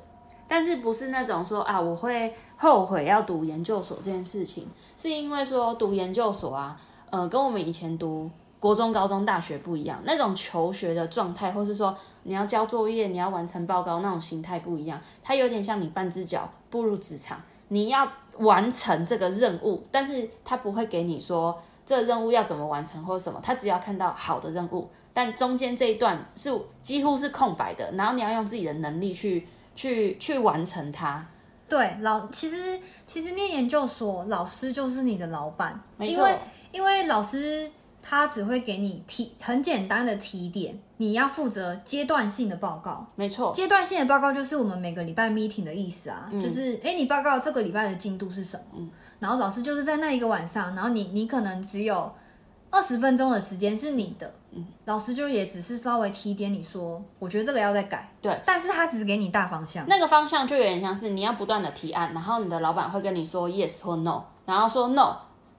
[SPEAKER 1] 但是不是那种说啊，我会后悔要读研究所这件事情，是因为说读研究所啊，呃，跟我们以前读国中、高中、大学不一样，那种求学的状态，或是说你要交作业、你要完成报告那种形态不一样，它有点像你半只脚步入职场，你要完成这个任务，但是它不会给你说。这个任务要怎么完成或者什么，他只要看到好的任务，但中间这一段是几乎是空白的，然后你要用自己的能力去去去完成它。
[SPEAKER 2] 对，老其实其实念研究所，老师就是你的老板，
[SPEAKER 1] 没
[SPEAKER 2] 因
[SPEAKER 1] 错
[SPEAKER 2] 为因为老师他只会给你提很简单的提点，你要负责阶段性的报告。
[SPEAKER 1] 没错，
[SPEAKER 2] 阶段性的报告就是我们每个礼拜 meeting 的意思啊，就是哎、诶你报告这个礼拜的进度是什么？然后老师就是在那一个晚上，然后你你可能只有二十分钟的时间是你的，老师就也只是稍微提点你说，我觉得这个要再改，
[SPEAKER 1] 对，
[SPEAKER 2] 但是他只给你大方向，
[SPEAKER 1] 那个方向就有点像是你要不断的提案，然后你的老板会跟你说 yes 或 no，然后说 no，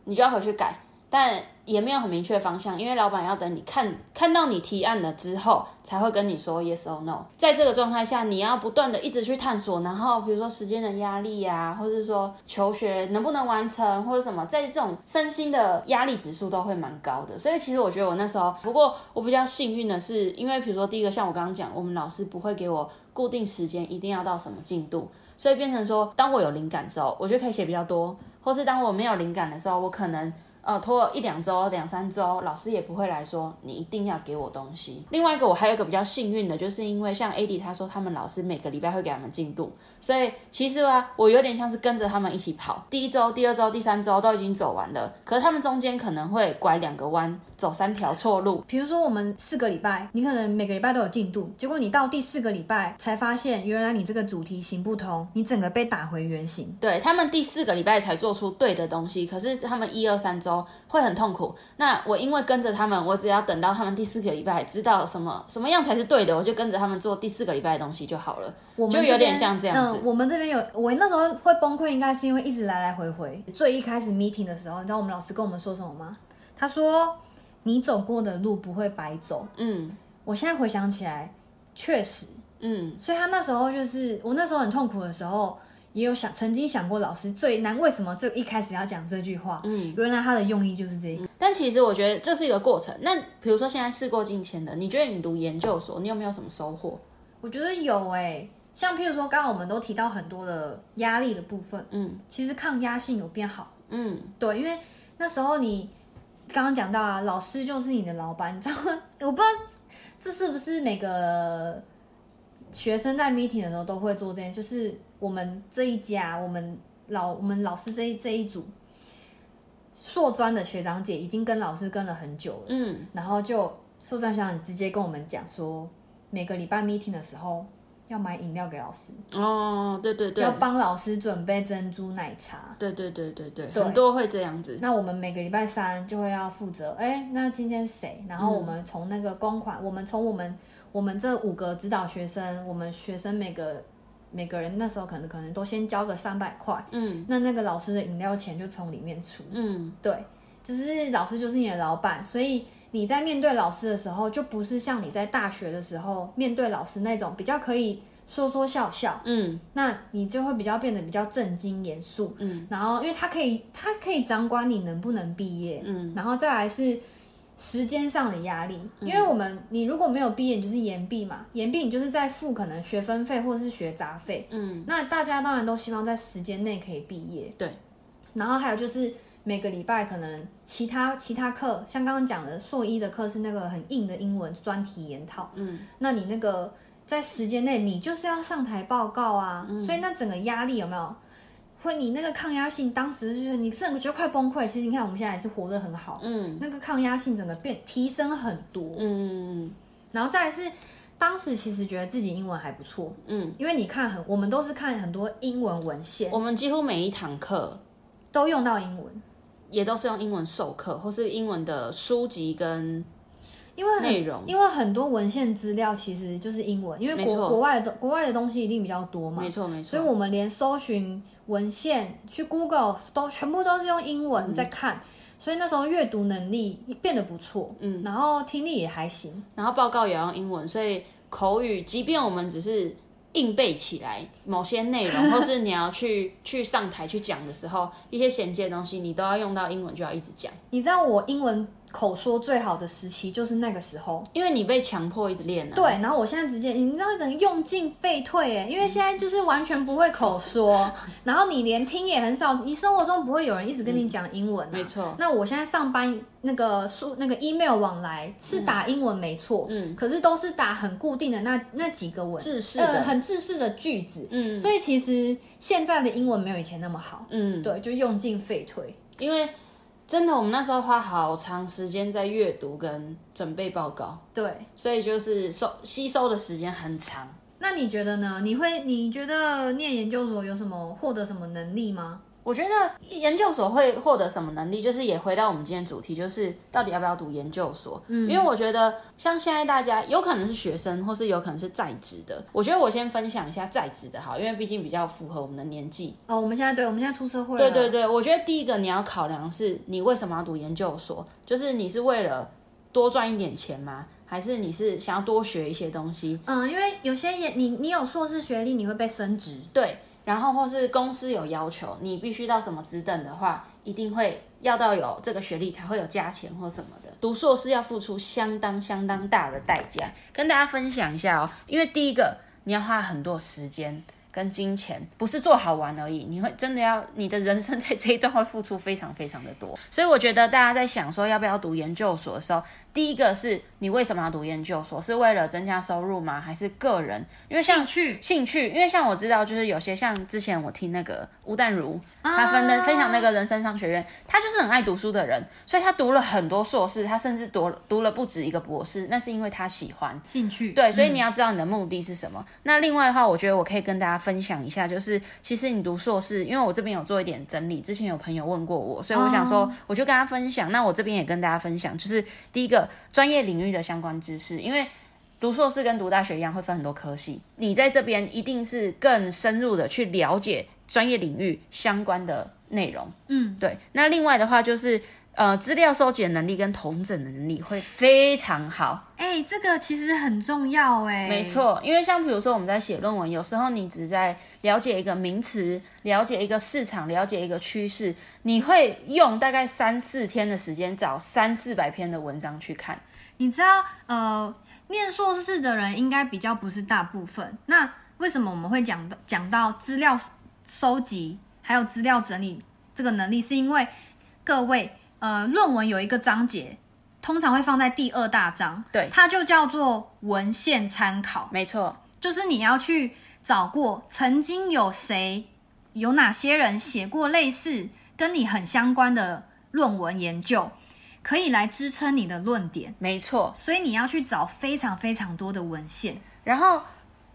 [SPEAKER 1] 你就要回去改，但也没有很明确方向，因为老板要等你看看到你提案了之后，才会跟你说 yes or no。在这个状态下，你要不断的一直去探索，然后比如说时间的压力呀、或者是说求学能不能完成，或者什么，在这种身心的压力指数都会蛮高的。所以其实我觉得我那时候，不过我比较幸运的是，因为比如说第一个，像我刚刚讲，我们老师不会给我固定时间，一定要到什么进度。所以变成说，当我有灵感的时候，我就可以写比较多；或是当我没有灵感的时候，我可能呃拖了一两周、两三周，老师也不会来说你一定要给我东西。另外一个，我还有一个比较幸运的，就是因为像 AD 他说，他们老师每个礼拜会给他们进度，所以其实啊，我有点像是跟着他们一起跑，第一周、第二周、第三周都已经走完了，可是他们中间可能会拐两个弯，走三条错路。
[SPEAKER 2] 比如说，我们四个礼拜，你可能每个礼拜都有进度，结果你到第四个礼拜才发现，原来你这个主题行不通，你整个被打回原形。
[SPEAKER 1] 对他们第四个礼拜才做出对的东西，可是他们一二三周候会很痛苦。那我因为跟着他们，我只要等到他们第四个礼拜知道什么什么样才是对的，我就跟着他们做第四个礼拜的东西就好了。
[SPEAKER 2] 我们
[SPEAKER 1] 就有
[SPEAKER 2] 这边
[SPEAKER 1] 点像这样子
[SPEAKER 2] 嗯，我们这边有，我那时候会崩溃，应该是因为一直来来回回。最一开始 meeting 的时候，你知道我们老师跟我们说什么吗？他说：“你走过的路不会白走。
[SPEAKER 1] 嗯”
[SPEAKER 2] 我现在回想起来，确实，
[SPEAKER 1] 嗯
[SPEAKER 2] 所以他那时候就是我那时候很痛苦的时候，也有想曾经想过老师最难为什么这一开始要讲这句话。
[SPEAKER 1] 嗯。
[SPEAKER 2] 原来他的用意就是这个。
[SPEAKER 1] 但其实我觉得这是一个过程。那比如说现在事过境迁的，你觉得你读研究所，你有没有什么收获？
[SPEAKER 2] 我觉得有哎、像譬如说，刚刚我们都提到很多的压力的部分，
[SPEAKER 1] 嗯
[SPEAKER 2] 其实抗压性有变好。
[SPEAKER 1] 嗯
[SPEAKER 2] 对，因为那时候你刚刚讲到啊，老师就是你的老板，你知 (laughs) 道吗？我不知道这是不是每个学生在 meeting 的时候都会做这件，就是我们这一家，我们老我们老师这一这一组硕专的学长姐已经跟老师跟了很久了，
[SPEAKER 1] 嗯
[SPEAKER 2] 然后就硕专学长姐直接跟我们讲说，每个礼拜 meeting 的时候要买饮料给老师，
[SPEAKER 1] 哦，对对对
[SPEAKER 2] 要，帮老师准备珍珠奶茶。
[SPEAKER 1] 对对对对对，
[SPEAKER 2] 对
[SPEAKER 1] 很多会这样子。
[SPEAKER 2] 那我们每个礼拜三就会要负责，哎、那今天谁？然后我们从那个公款，我们从我们我们这五个指导学生，我们学生每个每个人那时候可能可能都先交个三百块，
[SPEAKER 1] 嗯
[SPEAKER 2] 那那个老师的饮料钱就从里面出。
[SPEAKER 1] 嗯
[SPEAKER 2] 对，就是老师就是你的老板，所以你在面对老师的时候，就不是像你在大学的时候面对老师那种比较可以说说笑笑，
[SPEAKER 1] 嗯
[SPEAKER 2] 那你就会比较变得比较正经严肃。
[SPEAKER 1] 嗯
[SPEAKER 2] 然后因为他可以，他可以掌管你能不能毕业，
[SPEAKER 1] 嗯
[SPEAKER 2] 然后再来是时间上的压力，因为我们你如果没有毕业，你就是延毕嘛，延毕你就是在付可能学分费或者是学杂费，
[SPEAKER 1] 嗯，
[SPEAKER 2] 那大家当然都希望在时间内可以毕业，
[SPEAKER 1] 对，
[SPEAKER 2] 然后还有就是。每个礼拜可能其他其他课，像刚刚讲的硕一的课是那个很硬的英文专题研讨，
[SPEAKER 1] 嗯
[SPEAKER 2] 那你那个在时间内，你就是要上台报告啊，
[SPEAKER 1] 嗯
[SPEAKER 2] 所以那整个压力有没有？会你那个抗压性，当时就是你整个觉得快崩溃。其实你看我们现在还是活得很好，
[SPEAKER 1] 嗯
[SPEAKER 2] 那个抗压性整个变提升很多。
[SPEAKER 1] 嗯
[SPEAKER 2] 然后再来是，当时其实觉得自己英文还不错，
[SPEAKER 1] 嗯，
[SPEAKER 2] 因为你看很，我们都是看很多英文文献，
[SPEAKER 1] 我们几乎每一堂课
[SPEAKER 2] 都用到英文，
[SPEAKER 1] 也都是用英文授课，或是英文的书籍跟
[SPEAKER 2] 因为很
[SPEAKER 1] 内容。
[SPEAKER 2] 因为很多文献资料其实就是英文，因为
[SPEAKER 1] 没
[SPEAKER 2] 国
[SPEAKER 1] 错
[SPEAKER 2] 国外的国外的东西一定比较多嘛
[SPEAKER 1] 没，错没
[SPEAKER 2] 所以
[SPEAKER 1] 错，
[SPEAKER 2] 我们连搜寻文献、去 Google 都全部都是用英
[SPEAKER 1] 嗯
[SPEAKER 2] 文在看，所以那时候阅读能力变得不错，嗯，然后听力也还行，
[SPEAKER 1] 然后报告也要用英文，所以口语，即便我们只是硬背起来某些内容，或是你要去 (laughs) 去上台去讲的时候，一些衔接的东西，你都要用到英文，就要一直讲，
[SPEAKER 2] 你知道我英文口说最好的时期就是那个时候，
[SPEAKER 1] 因为你被强迫一直练啊。
[SPEAKER 2] 对，，然后我现在直接，你知道整个用尽废退哎，因为现在就是完全不会口说，然后你连听也很少，你生活中不会有人一直跟你讲英文、啊
[SPEAKER 1] 嗯没错。
[SPEAKER 2] 那我现在上班那个数那个 email 往来是打英文没错，
[SPEAKER 1] 嗯
[SPEAKER 2] 可是都是打很固定的那那几个文，
[SPEAKER 1] 制式
[SPEAKER 2] 呃，
[SPEAKER 1] 的，
[SPEAKER 2] 很制式的句子，
[SPEAKER 1] 嗯
[SPEAKER 2] 所以其实现在的英文没有以前那么好，
[SPEAKER 1] 嗯，
[SPEAKER 2] 对，就用尽废退。
[SPEAKER 1] 因为真的我们那时候花好长时间在阅读跟准备报告，
[SPEAKER 2] 对，
[SPEAKER 1] 所以就是收吸收的时间很长。
[SPEAKER 2] 那你觉得呢？你会你觉得念研究所有什么获得什么能力吗？
[SPEAKER 1] 我觉得研究所会获得什么能力，就是也回到我们今天主题，就是到底要不要读研究所。嗯，因为我觉得像现在大家有可能是学生，或是有可能是在职的。我觉得我先分享一下在职的好，因为毕竟比较符合我们的年纪。
[SPEAKER 2] 哦，我们现在对，我们现在出社会
[SPEAKER 1] 对
[SPEAKER 2] 了，
[SPEAKER 1] 对对，我觉得第一个你要考量是你为什么要读研究所，就是你是为了多赚一点钱吗？还是你是想要多学一些东西？
[SPEAKER 2] 嗯，因为有些研你你有硕士学历，你会被升职，
[SPEAKER 1] 对，然后或是公司有要求，你必须到什么职等的话，一定会要到有这个学历才会有加钱或什么的。读硕士要付出相当相当大的代价，跟大家分享一下哦。因为第一个，你要花很多时间。跟金钱不是做好玩而已，你会真的要你的人生在这一段会付出非常非常的多，所以我觉得大家在想说要不要读研究所的时候，第一个是你为什么要读研究所？是为了增加收入吗？还是个人？因为像
[SPEAKER 2] 去
[SPEAKER 1] 兴趣，因为像我知道，就是有些像之前我听那个吴淡如，
[SPEAKER 2] 啊
[SPEAKER 1] 她分的分享那个人生商学院，她就是很爱读书的人，所以她读了很多硕士，她甚至读读了不止一个博士，那是因为她喜欢。
[SPEAKER 2] 兴趣，嗯
[SPEAKER 1] 对，所以你要知道你的目的是什么。那另外的话，我觉得我可以跟大家分享一下，就是其实你读硕士，因为我这边有做一点整理，之前有朋友问过我，所以我想说，我就跟他分享。那我这边也跟大家分享，就是第一个专业领域的相关知识，因为。读硕士跟读大学一样，会分很多科系。你在这边一定是更深入的去了解专业领域相关的内容。嗯，对。那另外的话就是，呃，资料收集的能力跟统整的能力会非常好。
[SPEAKER 2] 哎、这个其实很重要哎、
[SPEAKER 1] 没，错，因为像比如说我们在写论文，有时候你只在了解一个名词、了解一个市场、了解一个趋势，你会用大概三四天的时间找三四百篇的文章去看。
[SPEAKER 2] 你知道呃，念硕士的人应该比较不是大部分。那为什么我们会讲到讲到资料收集还有资料整理这个能力？是因为各位呃，论文有一个章节。通常会放在第二大章，
[SPEAKER 1] 对
[SPEAKER 2] 它就叫做文献参考。
[SPEAKER 1] 没错，
[SPEAKER 2] 就是你要去找过曾经有谁、有哪些人写过类似跟你很相关的论文研究，可以来支撑你的论点。
[SPEAKER 1] 没错。
[SPEAKER 2] 所以你要去找非常非常多的文献。
[SPEAKER 1] 然后，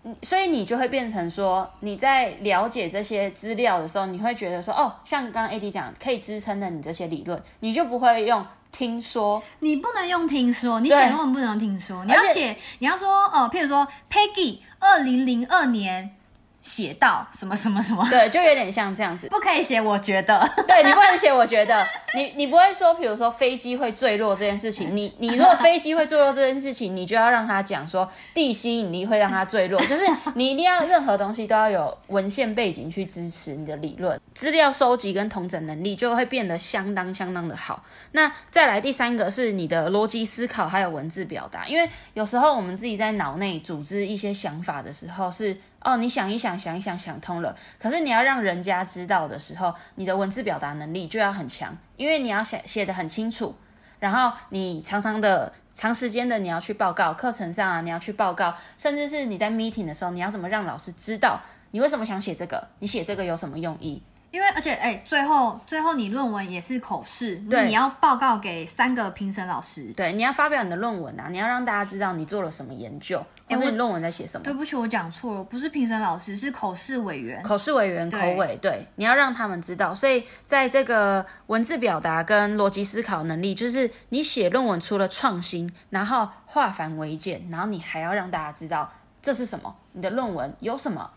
[SPEAKER 1] 嗯所以你就会变成说，你在了解这些资料的时候，你会觉得说，哦，像刚刚 AD 讲，可以支撑的你这些理论，你就不会用听说，
[SPEAKER 2] 你不能用听说，你写
[SPEAKER 1] 对
[SPEAKER 2] 论文不能用听说，你要写，你要说，呃，譬如说 Peggy 二零零二年写到什么什么什么， (laughs)
[SPEAKER 1] 对，就有点像这样子。
[SPEAKER 2] 不可以写，我觉得。
[SPEAKER 1] (laughs) 对你不能写，我觉得你你不会说，比如说飞机会坠落这件事情，你你如果飞机会坠落这件事情，你就要让他讲说地吸引力会让它坠落，就是你一定要任何东西都要有文献背景去支持你的理论，资料收集跟统整能力就会变得相当相当的好。那再来第三个是你的逻辑思考还有文字表达，因为有时候我们自己在脑内组织一些想法的时候是。哦，你想一想，想一想，想通了。可是你要让人家知道的时候，你的文字表达能力就要很强，因为你要写写的很清楚，然后你常常的、长时间的你要去报告，课程上啊你要去报告，甚至是你在 meeting 的时候，你要怎么让老师知道你为什么想写这个，你写这个有什么用意？
[SPEAKER 2] 因为而且哎、最后最后你论文也是口试，
[SPEAKER 1] 对
[SPEAKER 2] 你要报告给三个评审老师。
[SPEAKER 1] 对，你要发表你的论文啊，你要让大家知道你做了什么研究，或
[SPEAKER 2] 我
[SPEAKER 1] 是你论文在写什么。
[SPEAKER 2] 对不起，我讲错了，不是评审老师，是口试委员。
[SPEAKER 1] 口试委员口尾，对，你要让他们知道。所以在这个文字表达跟逻辑思考能力，就是你写论文除了创新，然后化繁为简，然后你还要让大家知道这是什么，你的论文有什么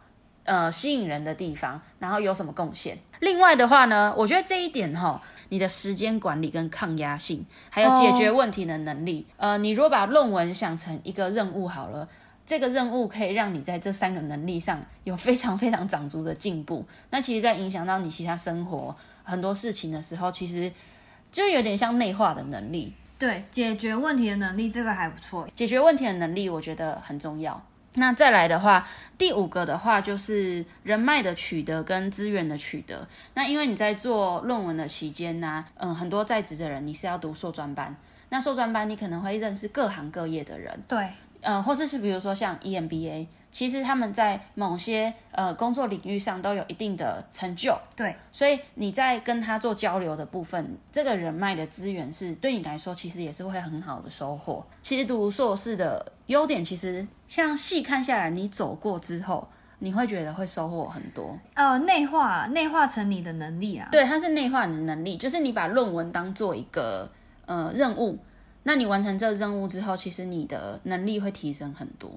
[SPEAKER 1] 呃吸引人的地方，然后有什么贡献。另外的话呢，我觉得这一点哈、你的时间管理跟抗压性，还有解决问题的能力。呃，你如果把论文想成一个任务好了，这个任务可以让你在这三个能力上有非常非常长足的进步。那其实，在影响到你其他生活很多事情的时候，其实就有点像内化的能力，
[SPEAKER 2] 对，解决问题的能力这个还不错。
[SPEAKER 1] 解决问题的能力，我觉得很重要。那再来的话，第五个的话就是人脉的取得跟资源的取得。那因为你在做论文的期间呢、嗯，很多在职的人你是要读硕专班，那硕专班你可能会认识各行各业的人，
[SPEAKER 2] 对，
[SPEAKER 1] 呃，或是是比如说像 E EMBA，其实他们在某些呃工作领域上都有一定的成就，
[SPEAKER 2] 对，
[SPEAKER 1] 所以你在跟他做交流的部分，这个人脉的资源是对你来说其实也是会很好的收获。其实读硕士的优点，其实像细看下来，你走过之后，你会觉得会收获很多。
[SPEAKER 2] 呃，内化内化成你的能力啊。
[SPEAKER 1] 对，它是内化你的能力，就是你把论文当做一个呃任务，那你完成这个任务之后，其实你的能力会提升很多。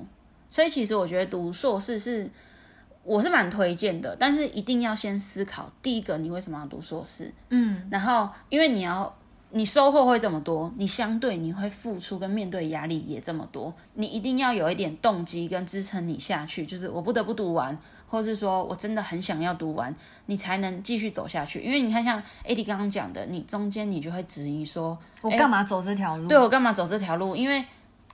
[SPEAKER 1] 所以其实我觉得读硕士是我是蛮推荐的，但是一定要先思考，第一个你为什么要读硕士，
[SPEAKER 2] 嗯，
[SPEAKER 1] 然后因为你要。你收获会这么多，你相对你会付出跟面对压力也这么多，你一定要有一点动机跟支撑你下去，就是我不得不读完，或是说我真的很想要读完，你才能继续走下去。因为你看，像 AD 刚刚讲的，你中间你就会质疑说，
[SPEAKER 2] 我干嘛走这条路？
[SPEAKER 1] 哎对我干嘛走这条路？因为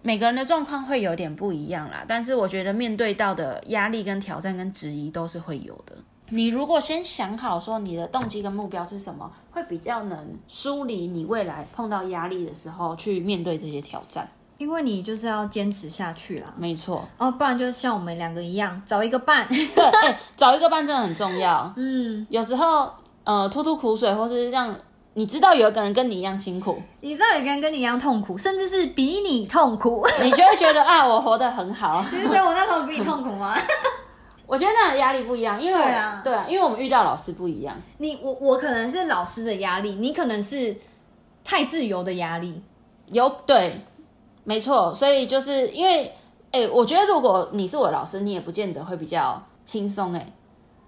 [SPEAKER 1] 每个人的状况会有点不一样啦，但是我觉得面对到的压力、跟挑战、跟质疑都是会有的。你如果先想好说你的动机跟目标是什么，会比较能梳理你未来碰到压力的时候去面对这些挑战。
[SPEAKER 2] 因为你就是要坚持下去啦。
[SPEAKER 1] 没错， (laughs)
[SPEAKER 2] 哦，不然就像我们两个一样，找一个伴。 (laughs)
[SPEAKER 1] 对，哎、找一个伴真的很重要。
[SPEAKER 2] 嗯，
[SPEAKER 1] 有时候，呃，吐吐苦水，或是让你知道有一个人跟你一样辛 (laughs) 苦，
[SPEAKER 2] 你知道有个人跟你一样痛苦，甚至是比你痛苦。 (laughs)
[SPEAKER 1] 你就会觉得啊，我活得很好。
[SPEAKER 2] 其实我那时候比你痛苦吗？ (laughs)
[SPEAKER 1] 我觉得那样的压力不一样，因为我
[SPEAKER 2] 对啊
[SPEAKER 1] 对啊，因为我们遇到老师不一样。
[SPEAKER 2] 你我我可能是老师的压力，你可能是太自由的压力。
[SPEAKER 1] 有对，没错，所以就是因为，哎、我觉得如果你是我的老师，你也不见得会比较轻松，哎，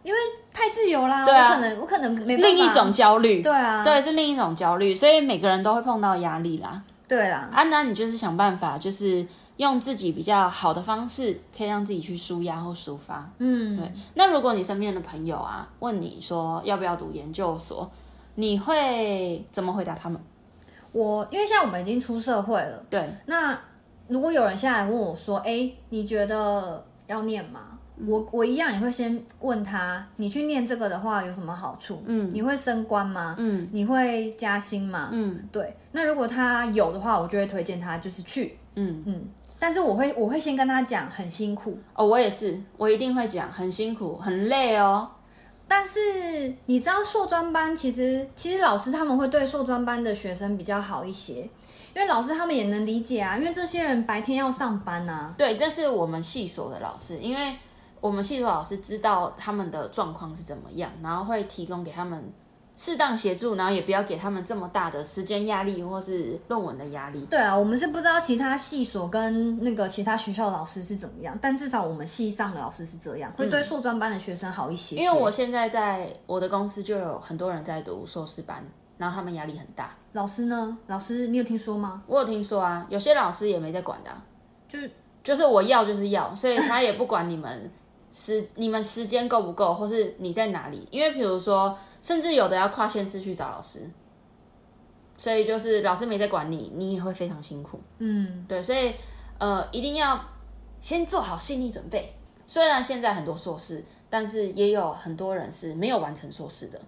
[SPEAKER 2] 因为太自由啦，
[SPEAKER 1] 对啊
[SPEAKER 2] 我可能我可能没办法
[SPEAKER 1] 另一种焦虑，
[SPEAKER 2] 对啊，
[SPEAKER 1] 对，是另一种焦虑，所以每个人都会碰到压力啦。
[SPEAKER 2] 对啦，
[SPEAKER 1] 啊，那你就是想办法，就是用自己比较好的方式，可以让自己去舒压或抒发。
[SPEAKER 2] 嗯，
[SPEAKER 1] 对，那如果你身边的朋友啊问你说要不要读研究所，你会怎么回答他们？
[SPEAKER 2] 我因为现在我们已经出社会了，
[SPEAKER 1] 对，
[SPEAKER 2] 那如果有人现在来问我说，哎、你觉得要念吗？
[SPEAKER 1] 嗯
[SPEAKER 2] 我我一样也会先问他，你去念这个的话有什么好处？
[SPEAKER 1] 嗯
[SPEAKER 2] 你会升官吗？
[SPEAKER 1] 嗯
[SPEAKER 2] 你会加薪吗？
[SPEAKER 1] 嗯
[SPEAKER 2] 对，那如果他有的话，我就会推荐他就是去，
[SPEAKER 1] 嗯，
[SPEAKER 2] 嗯，但是我会我会先跟他讲很辛苦，
[SPEAKER 1] 哦，我也是，我一定会讲，很辛苦，很累哦。
[SPEAKER 2] 但是你知道硕专班其实其实老师他们会对硕专班的学生比较好一些，因为老师他们也能理解啊，因为这些人白天要上班啊呐、
[SPEAKER 1] 对，这是我们系所的老师，因为我们系所老师知道他们的状况是怎么样，然后会提供给他们适当协助，然后也不要给他们这么大的时间压力或是论文的压力。
[SPEAKER 2] 对啊，我们是不知道其他系所跟那个其他学校的老师是怎么样，但至少我们系上的老师是这样，会对硕专班的学生好一些
[SPEAKER 1] 嗯
[SPEAKER 2] 些
[SPEAKER 1] 因为我现在在我的公司就有很多人在读硕士班，然后他们压力很大。
[SPEAKER 2] 老师呢，老师你有听说吗？
[SPEAKER 1] 我有听说啊，有些老师也没在管的啊、
[SPEAKER 2] 就是
[SPEAKER 1] 就是我要就是要，所以他也不管你们时 (laughs) 你们时间够不够，或是你在哪里。因为比如说，甚至有的要跨县市去找老师，所以就是老师没在管你，你也会非常辛苦。
[SPEAKER 2] 嗯，
[SPEAKER 1] 对，所以呃，一定要先做好心理准备。虽然现在很多硕士，但是也有很多人是没有完成硕士的。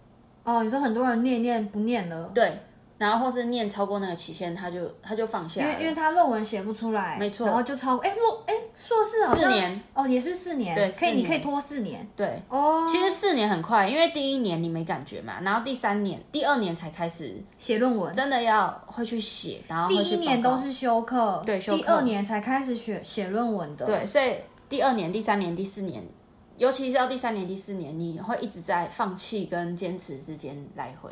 [SPEAKER 2] 哦，你说很多人念一念不念了，
[SPEAKER 1] 对，然后或是念超过那个期限，他就他就放下
[SPEAKER 2] 因
[SPEAKER 1] 了。
[SPEAKER 2] 为因为他论文写不出来，
[SPEAKER 1] 没错
[SPEAKER 2] 然后就超哎我哎硕士好像
[SPEAKER 1] 四年
[SPEAKER 2] 哦也是四年，
[SPEAKER 1] 对
[SPEAKER 2] 可以
[SPEAKER 1] 四
[SPEAKER 2] 你可以
[SPEAKER 1] 年
[SPEAKER 2] 拖四年。
[SPEAKER 1] 对，
[SPEAKER 2] 哦，
[SPEAKER 1] 其实四年很快，因为第一年你没感觉嘛，然后第三年、第二年才开始
[SPEAKER 2] 写论文，
[SPEAKER 1] 真的要会去写，然后
[SPEAKER 2] 第
[SPEAKER 1] 会去
[SPEAKER 2] 一年
[SPEAKER 1] 报
[SPEAKER 2] 都
[SPEAKER 1] 告
[SPEAKER 2] 是修课，
[SPEAKER 1] 对修课
[SPEAKER 2] 第二年才开始写写论文的。，
[SPEAKER 1] 对，所以第二年、第三年、第四年，尤其是到第三年、第四年，你会一直在放弃跟坚持之间来回。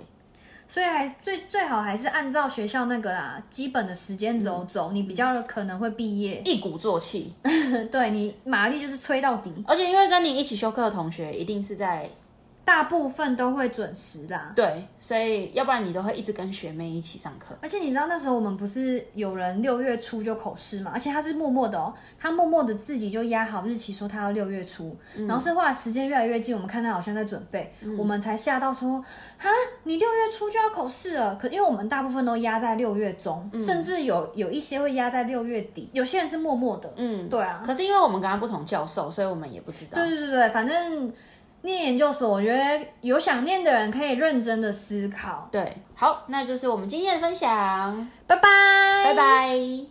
[SPEAKER 2] 所以还最最好还是按照学校那个啦基本的时间
[SPEAKER 1] 嗯
[SPEAKER 2] 轴走，你比较可能会毕业。
[SPEAKER 1] 一鼓作气，
[SPEAKER 2] 对你马力就是吹到底，
[SPEAKER 1] 而且因为跟你一起修课的同学一定是在
[SPEAKER 2] 大部分都会准时啦。
[SPEAKER 1] 对，所以要不然你都会一直跟学妹一起上课。
[SPEAKER 2] 而且你知道那时候我们不是有人六月初就口试嘛，而且他是默默的哦，他默默的自己就压好日期，说他要六月初，然后是后来时间越来越近，我们看他好像在准备，我们才吓到说，哈，你六月初就要口试了，可因为我们大部分都压在六月中，甚至有有一些会压在六月底，有些人是默默的，
[SPEAKER 1] 嗯，
[SPEAKER 2] 对啊，
[SPEAKER 1] 可是因为我们跟他不同教授，所以我们也不知道。
[SPEAKER 2] 对对对对，反正念研究所，我觉得有想念的人可以认真的思考，
[SPEAKER 1] 对，好，那就是我们今天的分享，
[SPEAKER 2] 拜拜，
[SPEAKER 1] 拜。拜